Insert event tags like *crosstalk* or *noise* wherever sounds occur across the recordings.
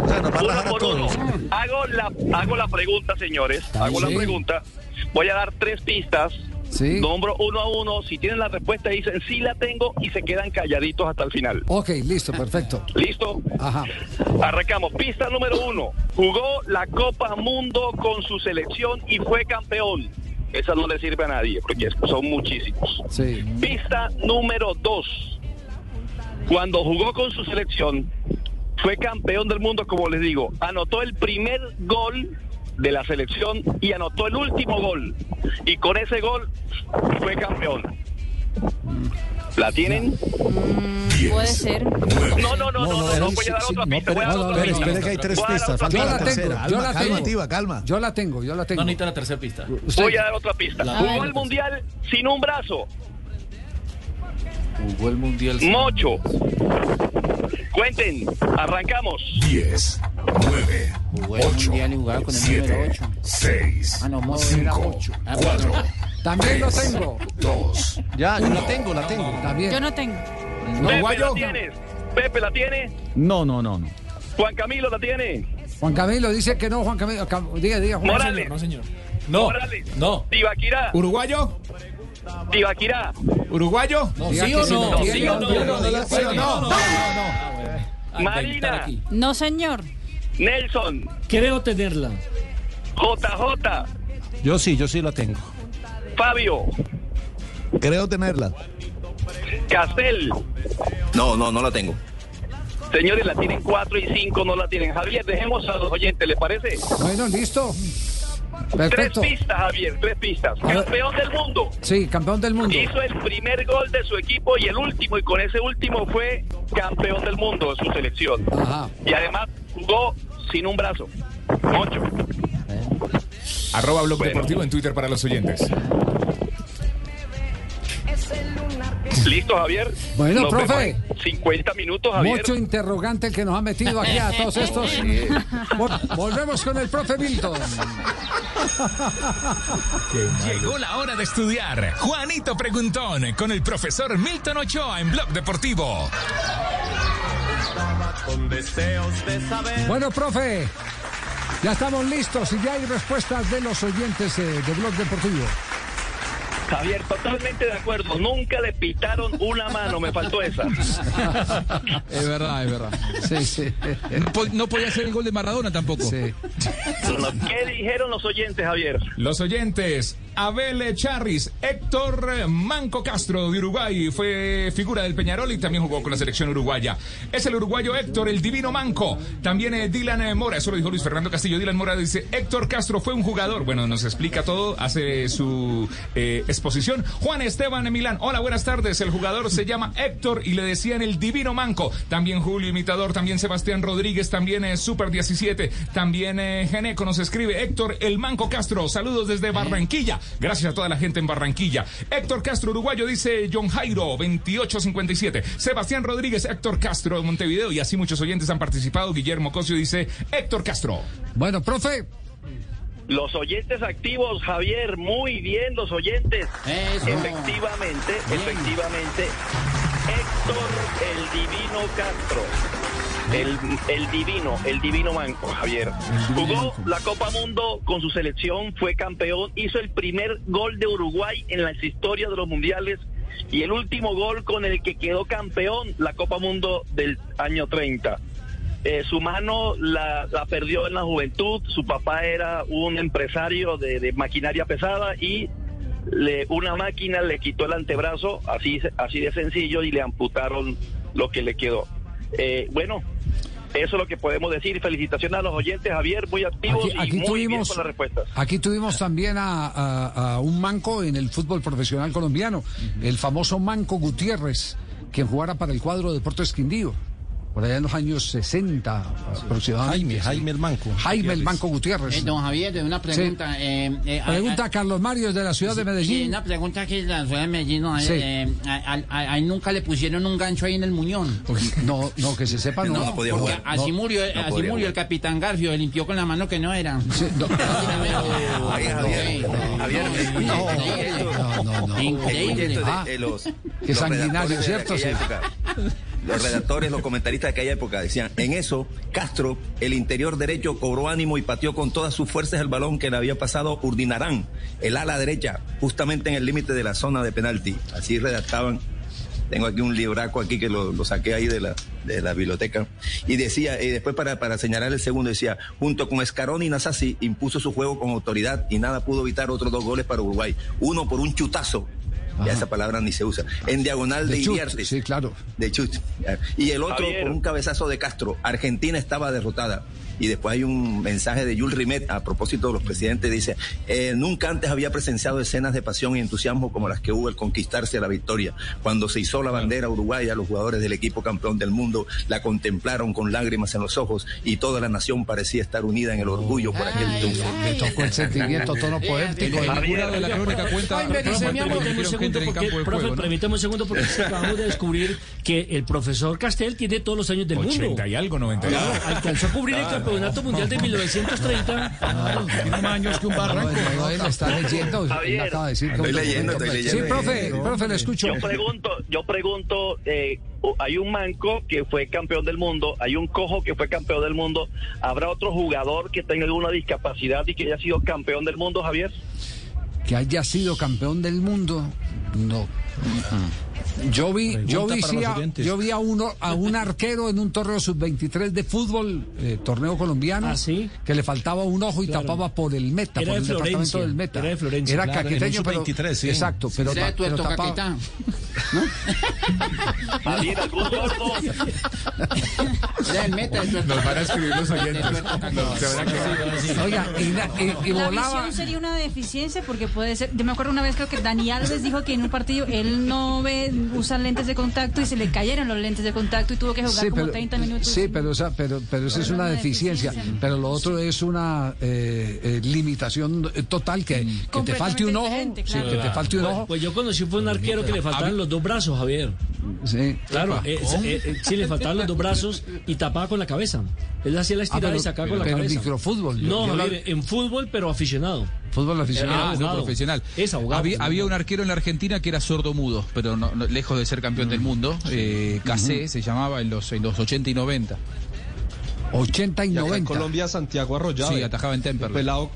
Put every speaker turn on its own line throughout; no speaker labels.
Ah, nos va a
Uno
rajar a
por uno.
todos.
Hago la, hago la pregunta, señores. Hago la
Sí.
pregunta. Voy a dar tres pistas.
Sí.
Nombro uno a uno. Si tienen la respuesta, dicen sí la tengo y se quedan calladitos hasta el final.
Ok, listo, perfecto.
¿Listo?
Ajá.
Arrancamos. Pista número uno. Jugó la Copa Mundo con su selección y fue campeón. Esa no le sirve a nadie porque son muchísimos.
Sí.
Pista número dos. Cuando jugó con su selección, fue campeón del mundo, como les digo. Anotó el primer gol de la selección y anotó el último gol. Y con ese gol fue campeón. ¿La tienen?
Puede ser.
No, no, no, no, no, no, voy a dar otra pista. voy a dar
no,
otra
espere,
pista.
espere que hay tres
Voy a dar
pistas.
otra
Falta la
Yo la
pista.
tengo,
tercera.
yo
Alma,
la
calma,
tengo.
Tiba, calma.
Yo la tengo, yo la tengo.
No necesita la tercera pista.
Usted-
Voy a dar otra pista.
La
Jugó
otra.
el mundial sin un brazo.
Jugó el mundial.
Mocho. Cuenten, arrancamos.
10, 9,
Jugó el
8,
mundial y jugaba con el número
7,
ocho.
6,
Ah, no, Modo era
5,
ocho. Ah,
4,
También lo tengo.
2.
Ya, yo la tengo, la tengo.
También.
Yo no tengo.
Pepe,
guayo.
¿la tienes? Pepe, ¿la tiene?
No, no, no, no.
Juan Camilo, ¿la tiene?
Juan Camilo dice que no, Juan Camilo. Cam- Diga, diga, Juan.
Morales.
No, señor. No,
Morales.
no.
Tibaquirá.
¿Uruguayo?
Tibaquirá.
¿Uruguayo?
No,
Diga
¿sí
que
o
sí,
no?
no,
¿Sí o no?
diga,
No, diga,
sí o
sí,
no.
no, no, no. Ah, bueno. Ah,
Marina.
inventar aquí.
No, señor.
Nelson.
Creo tenerla.
JJ.
Yo sí, yo sí la tengo.
Fabio.
Creo tenerla.
Castel.
No, no, no la tengo.
Señores, la tienen 4 y 5, no la tienen. Javier, dejemos a los oyentes, ¿les parece?
Bueno, listo. Perfecto.
Tres pistas, Javier, tres pistas.
ver.
Campeón del mundo.
Sí, campeón del mundo.
Hizo el primer gol de su equipo y el último, y con ese último fue campeón del mundo de su selección.
Ajá.
Y además jugó sin un brazo. Ocho.
Arroba Blog
Bueno.
Deportivo en Twitter para los oyentes.
¿Listo, Javier?
Bueno,
Nos vemos
profe.
en 50 minutos, Javier.
Mucho interrogante el que nos ha metido aquí
*laughs*
a todos estos. Vol- Volvemos con el profe Milton.
Llegó la hora de estudiar. Juanito Preguntón con el profesor Milton Ochoa en Blog Deportivo.
Bueno, profe, ya estamos listos y ya hay respuestas de los oyentes eh, de Blog Deportivo.
Javier, totalmente de acuerdo. Nunca le pitaron una mano, me faltó
*laughs*
esa.
Es verdad, es verdad.
Sí, sí.
No, podía hacer el gol de Maradona tampoco.
sí.
¿Qué dijeron los oyentes, Javier?
Los oyentes, Abel Charris, Héctor Manco Castro de Uruguay, fue figura del Peñarol y también jugó con la selección uruguaya. Es el uruguayo Héctor, el divino Manco. También eh, Dylan eh, Mora, eso lo dijo Luis Fernando Castillo. Dylan Mora dice, Héctor Castro fue un jugador. Bueno, nos explica todo, hace su eh, exposición. Juan Esteban de Milán, hola, buenas tardes. El jugador se llama Héctor y le decían el divino Manco. También Julio Imitador, también Sebastián Rodríguez, también eh, Super 17, también eh, Geneco nos escribe Héctor El Manco Castro. Saludos desde Barranquilla. Gracias a toda la gente en Barranquilla. Héctor Castro, uruguayo, dice John Jairo, 2857. Sebastián Rodríguez, Héctor Castro de Montevideo. Y así muchos oyentes han participado. Guillermo Cosio dice Héctor Castro.
Bueno, profe,
Los oyentes activos, Javier, muy bien los oyentes.
Eso.
Efectivamente, efectivamente. Héctor el Divino Castro. El, el divino, el divino manco, Javier. Jugó la Copa Mundo con su selección, fue campeón, hizo el primer gol de Uruguay en las historias de los mundiales y el último gol con el que quedó campeón la Copa Mundo del año 30. Eh, su mano la, la perdió en la juventud, su papá era un empresario de, de maquinaria pesada y le- una máquina le quitó el antebrazo, así, así de sencillo, y le amputaron lo que le quedó. Eh, bueno, eso es lo que podemos decir. Felicitaciones a los oyentes, Javier, muy activos
aquí,
y
aquí
muy bien
tuvimos,
con las respuestas.
aquí tuvimos también a, a- a un manco en el fútbol profesional colombiano, el famoso Manco Gutiérrez, quien jugara para el cuadro Deportes Quindío. por allá en los años 60 aproximadamente.
Jaime, Jaime el Manco.
Jaime el Manco Gutiérrez.
Eh, don Javier, de una pregunta.
Sí.
eh, eh,
Pregunta
a-
a Carlos Mario de la ciudad de
Sí,
Medellín.
sí, una pregunta que la ciudad de Medellín. no, eh,
Sí.
eh, a- a- a- ahí nunca le pusieron un gancho ahí en el muñón.
No, no, que se sepa, no.
No,
podía
porque
jugar.
así
No,
murió,
no
así
podía
murió el
jugar.
capitán Garfio, limpió con la mano que no era. *laughs*
Ay, Javier, Javier, escucha, escucha esto. Escucha esto de-
Ah,
de los-
qué
los
sanguinario,
redactores de
¿cierto?
aquella
Sí.
época.
*laughs*
Los redactores, los comentaristas de aquella época decían, en eso, Castro, el interior derecho, cobró ánimo y pateó con todas sus fuerzas el balón que le había pasado Urdinarán, el ala derecha, justamente en el límite de la zona de penalti. Así redactaban. Tengo aquí un libraco aquí que lo, lo saqué ahí de la, de la biblioteca. Y decía, y después para, para señalar el segundo, decía, junto con Escarón y Nasasi impuso su juego con autoridad y nada pudo evitar otros dos goles para Uruguay. Uno por un chutazo. Ya esa palabra ni se usa. En diagonal de,
De chut,
Iriarte.
sí, claro.
De Chut. Y el otro
Javier.
por un cabezazo de Castro. Argentina estaba derrotada. Y después hay un mensaje de Jules Rimet a propósito de los presidentes. Dice, eh, nunca antes había presenciado escenas de pasión y entusiasmo como las que hubo al conquistarse la victoria. Cuando se hizo la bandera uruguaya, los jugadores del equipo campeón del mundo la contemplaron con lágrimas en los ojos y toda la nación parecía estar unida en el orgullo por aquel triunfo.
Eh, Le tocó el sentimiento tono poético.
El jurado de la crónica cuenta- Ay, me dice mi amor,
Permítame un segundo porque, profe, permítame un segundo porque acabamos de descubrir que el profesor Castel tiene todos los años del mundo.
80 y algo, 90 y algo.
Claro, alcanzó a cubrir el
Claro.
campeonato mundial de 1930.
Tiene más años que un barranco.
No, él está leyendo. él acaba de decir que
Estoy
un
leyendo,
documento-
estoy leyendo.
Sí, profe, profe, le escucho.
Yo pregunto, yo pregunto, eh, o- hay un manco que fue campeón del mundo, hay un cojo que fue campeón del mundo, ¿habrá otro jugador que tenga alguna discapacidad y que haya sido campeón del mundo, Javier?
que haya sido campeón del mundo, no. Yo vi, yo
Pregunta
vi,
para
sí
los
a,
oyentes.
yo vi a uno, a un arquero en un torneo sub-23 de fútbol, eh, torneo colombiano, que le faltaba un ojo y tapaba por el meta,
Ah, Era
por
de
el departamento
Florencia,
del meta.
era de Florencia.
Era
Claro, en el
caqueteño, pero
sub-23, sí.
exacto, pero,
Era de
ta- pero
Tuerto
tapaba.
Caquetá.
Javier, algún sordo.
pues,
Nos van a
*laughs*
escribir los oyentes. Nos- se van a quejar.
Oiga, y, na- y- y
la
volaba.
visión sería una deficiencia porque puede ser. Yo me acuerdo una vez creo que Dani Alves dijo que en un partido él no ve, usa lentes de contacto y se le cayeron los lentes de contacto y tuvo que jugar
Sí,
como
pero,
30 minutos.
sí, pero, esa- pero, pero esa es
Problema
una
de
deficiencia.
deficiencia.
Pero lo otro es una eh, eh, limitación eh, total que, que te falte un ojo.
Completamente diferente,
sí, que te
claro.
falte un
Mm. Pues-
ojo.
Pues yo conocí fue un arquero que le faltaban los dos brazos, Javier.
Sí. Ah,
Claro,
Epa.
eh, eh, eh, sí, le faltaban los dos brazos y tapaba con la cabeza. Él hacía la estirada
Ah, pero-
y sacaba con la
pero
cabeza.
microfútbol, yo-
No,
yo la-
Javier, en fútbol, pero aficionado.
Fútbol
Era
Ah, no,
abogado.
profesional.
Es abogado.
Había, había un arquero en la Argentina que era sordo mudo, pero no- no- lejos de ser campeón del mundo. Eh, Cassé se llamaba en los, en los 80 y 90.
80 y
acá en
90.
Colombia,
Santiago
Sí, atajaba en Temperley.
pelado.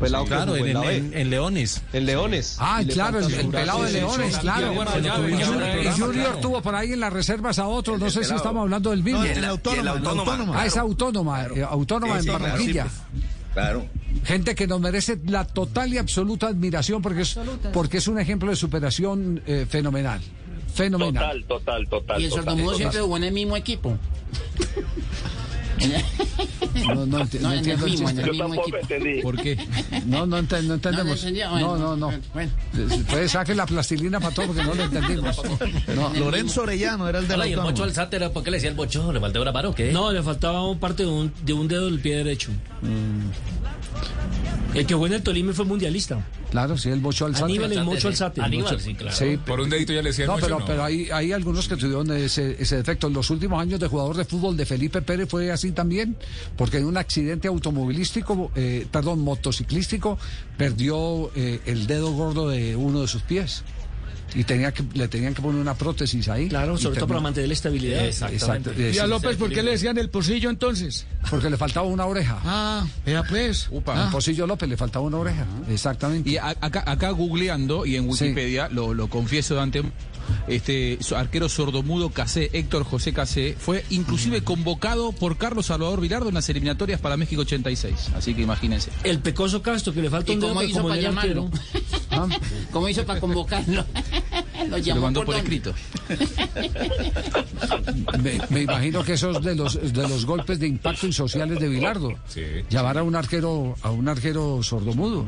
pelado
Claro, en, en- en- en Leones.
En Leones.
Ah, claro, el, el pelado de Leones, claro. Y Junior- Y Junior tuvo por ahí en las reservas a otro, no sé si
pelado.
estamos hablando del mismo.
No, y el- y el autónoma, el autónoma.
Ah, es autónoma, eh, autónoma
Sí,
en
sí, claro,
Barranquilla.
Claro.
Gente que nos merece la total y absoluta admiración porque es, porque es un ejemplo de superación eh, fenomenal.
Total,
Fenomenal.
total, total.
Y el
total,
sordomudo
total.
siempre jugó en el mismo equipo.
No, no, enti-
No, en
no
el
entiendo el
mismo, en
chiste.
el Yo mismo tampoco equipo. entendí.
¿Por qué?
No, no, ente- no entendemos.
entendía,
No,
bueno,
no, no.
bueno.
Ustedes saquen la plastilina para todo porque no
*laughs*
lo entendimos. No.
Lorenzo Orellano era el de la
Hola, y el
autónoma.
bocho Alzate, era- ¿por qué le decía el bocho? ¿Le faltaba una mano o qué?
No, le faltaba un parte de un, de un dedo del pie derecho. El que jugó en el Tolima y fue mundialista.
Claro, sí, el bocho alzate.
Aníbal el mocho alzate. Mocho-
Por un dedito ya le decía
No,
el
pero,
mocho,
pero hay, hay algunos que tuvieron ese, ese defecto. En los últimos años de jugador de fútbol de Felipe Pérez fue así también, porque en un accidente automovilístico, eh, perdón, motociclístico, perdió eh, el dedo gordo de uno de sus pies. Y tenía que, le tenían que poner una prótesis ahí. Claro,
sobre todo para mantener la estabilidad.
Exacto.
Exactamente.
¿Y a
pues,
López por qué le
decían el pocillo entonces? Porque le faltaba una oreja. Ah, era pues.
Upa.
Ah.
El pocillo López le faltaba una oreja. Exactamente.
Y a- acá, acá googleando y en Wikipedia, lo, lo confieso de antemano, este su arquero sordomudo Casé, Héctor José Casé, fue
Mm.
inclusive convocado por Carlos Salvador Vilardo en las eliminatorias para México 86. Así que imagínense.
El pecoso Castro que le falta
¿Y
un dedo
cómo
pero
hizo
como
para
el arquero.
llamarlo? *laughs* ¿Cómo hizo para convocarlo? Lo llamó
mandó por
dónde?
escrito.
Me, me imagino que esos de los de los golpes de impacto insociales de Bilardo.
Sí.
Llamar a un arquero a un arquero sordomudo.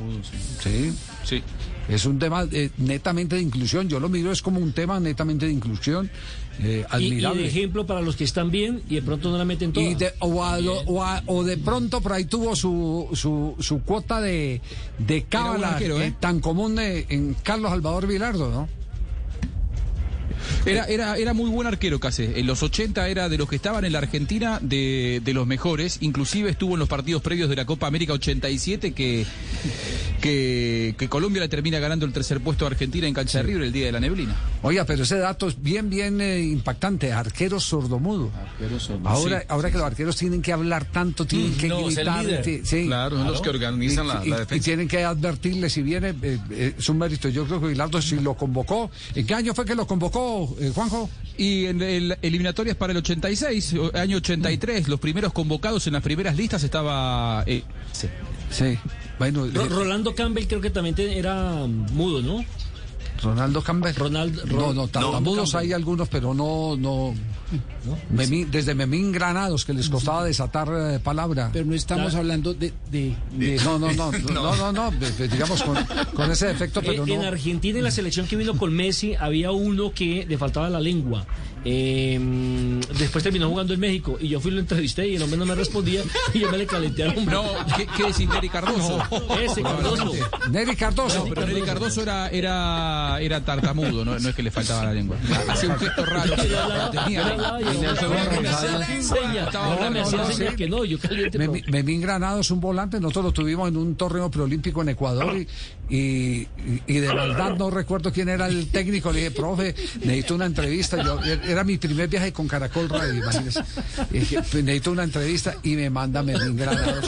Sí.
Sí.
Es un tema eh, netamente de inclusión. Yo lo miro, es como un tema netamente de inclusión. Eh,
Y- Y, de
admirable.
ejemplo para los que están bien y de pronto no la meten toda.
Y de- o, a lo- o a- o de pronto por ahí tuvo su, su, su cuota de, de cábala
arquero,
eh,
¿eh?
tan común de- en Carlos Salvador Vilardo, ¿no?
Era, era, era muy buen arquero Case. En los 80 era de los que estaban en la Argentina de, de los mejores. Inclusive estuvo en los partidos previos de la Copa América 87 que, que, que Colombia le termina ganando el tercer puesto a Argentina en cancha de River el día de la neblina.
Oiga, pero ese dato es bien, bien eh, impactante. Arquero sordomudo. Ahora,
Sí, Mm,
ahora que los arqueros tienen que hablar tanto, tienen que
no, es el
gritar.
líder.
ti- sí.
Claro, son los que organizan
Y-
la-
y-
la
Y
defensa.
tienen que advertirle si viene. eh, eh, es un mérito. Yo creo que Vilardo, si lo convocó. ¿En qué año fue que lo convocó, eh, Juanjo?
Y en el- eliminatorias para el 86, o- año 83, los primeros convocados en las primeras listas estaba... eh,
Sí. Bueno, eh,
Ro- Rolando Campbell creo que también te- era mm, mudo, ¿no?
Ronaldo Campbell.
Ronaldo.
No, no, tartamudos hay algunos, pero no, no. Memín- desde Memín Granados, que les costaba desatar eh, palabra. Pero no
estamos
hablando de. no, no, *laughs* no, no, no, no, no, de- de- digamos con, con ese defecto, pero
Eh, En
no.
Argentina, en la selección que vino con Messi, había uno que le faltaba la lengua. Eh, después terminó jugando en México y yo fui y lo entrevisté y el hombre no me respondía y yo me le calenté al hombre.
No, ¿qué, qué decís, Neri Cardoso?
Ese Cardoso.
Neri Cardoso.
pero Neri Cardoso era, era, era tartamudo, no, no es que le faltaba la lengua. Hacía un gesto raro.
Yo le hablaba,
pero *laughs* tenía-
yo le hablaba y el hombre me hacía señas. El hombre me hacía señas que no, yo caliente. pero-
Memín, Memín Granados, un volante, nosotros lo tuvimos en un torneo preolímpico en Ecuador y, y- y de maldad no recuerdo quién era el técnico. Le dije, profe, necesito una entrevista. Yo, era mi primer viaje con Caracol Radio, imagínese. Y dije, "Pues, necesito una entrevista y me manda Memín Granados.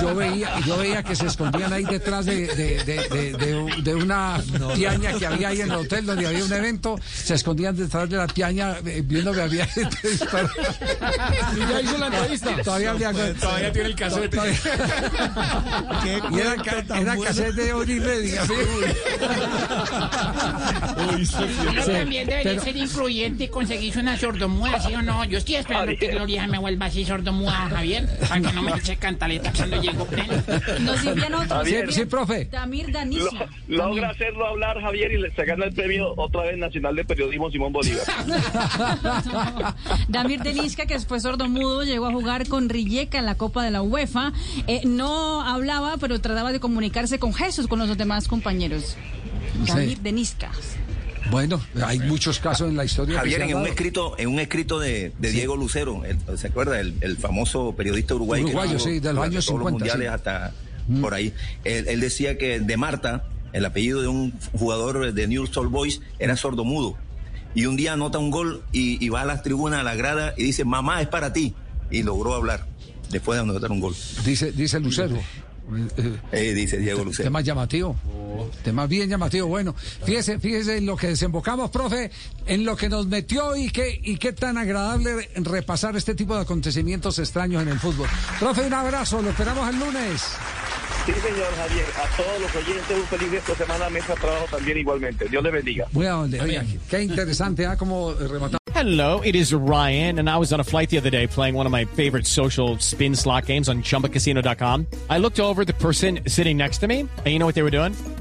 Yo veía, yo veía que se escondían ahí detrás de, de- de- de- de- de una piaña que había ahí en el hotel donde había un evento. Se escondían detrás de la piaña eh, viendo que había *laughs* gente disparando.
Y ya hizo la entrevista.
Todavía, había-
Todavía tiene el cassette.
*laughs* Todavía- Y era,
cuento
ca-
tan
era
bueno.
cassette de Ori Redding. así.
Uno
Sí,
también debería
pero-
ser incluyente y conseguirse una sordomuda, ¿sí o no? Yo estoy esperando
eh,
que Gloria me vuelva así sordomuda, Javier, para que no me eche cantaleta cuando llego pleno.
Nos envían otros.
Javier. Sí, sí,
profe.
Damir Danicio.
Lo- logra hacerlo hablar Javier y le- se gana el premio otra vez Nacional de Periodismo
*laughs*
Simón Bolívar.
Damir Denisca, que fue sordomudo, llegó a jugar con Rijeka en la Copa de la UEFA. Eh, no hablaba, pero trataba de comunicarse con Jesús, con los demás compañeros. Damir Denisca.
Bueno, hay muchos casos en la historia. que
Javier,
se han
en un
dado.
escrito, en un escrito de, de Diego Lucero, el- ¿se acuerda? El, el famoso periodista uruguayo. que
Uruguayo,
estuvo
sí, de los
durante
años
todos
50,
mundiales
sí. Mm.
hasta por ahí. Él, él decía que de Marta, el apellido de un jugador de New Soul Boys, era sordomudo. Y un día anota un gol y, y va a las tribunas, a la grada, y dice, mamá, es para ti. Y logró hablar después de anotar un gol.
Dice, dice Lucero.
Eh, dice Diego Lucero.
Tema llamativo. Tema bien llamativo. Bueno, fíjese, fíjese en lo que desembocamos, profe, en lo que nos metió y qué, y qué tan agradable repasar este tipo de acontecimientos extraños en el fútbol. Profe, un abrazo, lo esperamos el lunes.
Sí, señor Javier, a todos los oyentes un feliz resto de semana, mesa de trabajo también igualmente. Dios les bendiga.
Muy amable. Oiga, qué interesante, ¿ah? Como rematamos.
Hello, it is Ryan, and I was on a flight the other day playing one of my favorite social spin slot games on chumbacasino.com. I looked over at the person sitting next to me, and you know what they were doing?